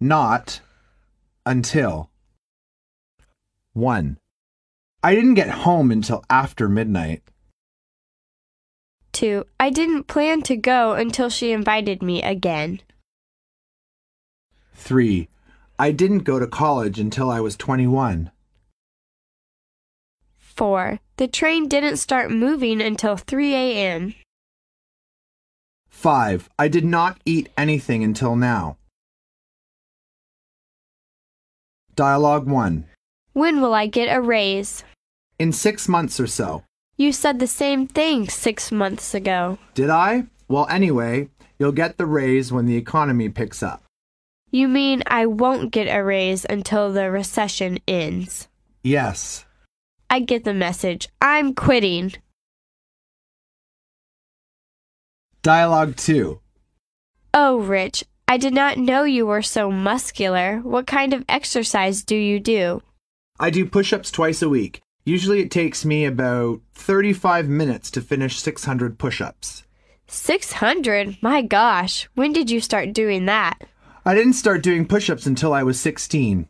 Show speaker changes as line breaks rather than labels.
not until 1. I didn't get home until after midnight.
2. I didn't plan to go until she invited me again.
3. I didn't go to college until I was 21.
4. The train didn't start moving until 3 a.m.
5. I did not eat anything until now. Dialogue 1.
When will I get a raise?
In six months or so.
You said the same thing six months ago.
Did I? Well, anyway, you'll get the raise when the economy picks up.
You mean I won't get a raise until the recession ends?
Yes.
I get the message. I'm quitting.
Dialogue 2.
Oh, Rich, I did not know you were so muscular. What kind of exercise do you do?
I do push ups twice a week. Usually it takes me about 35 minutes to finish 600 push ups.
600? My gosh, when did you start doing that?
I didn't start doing push ups until I was 16.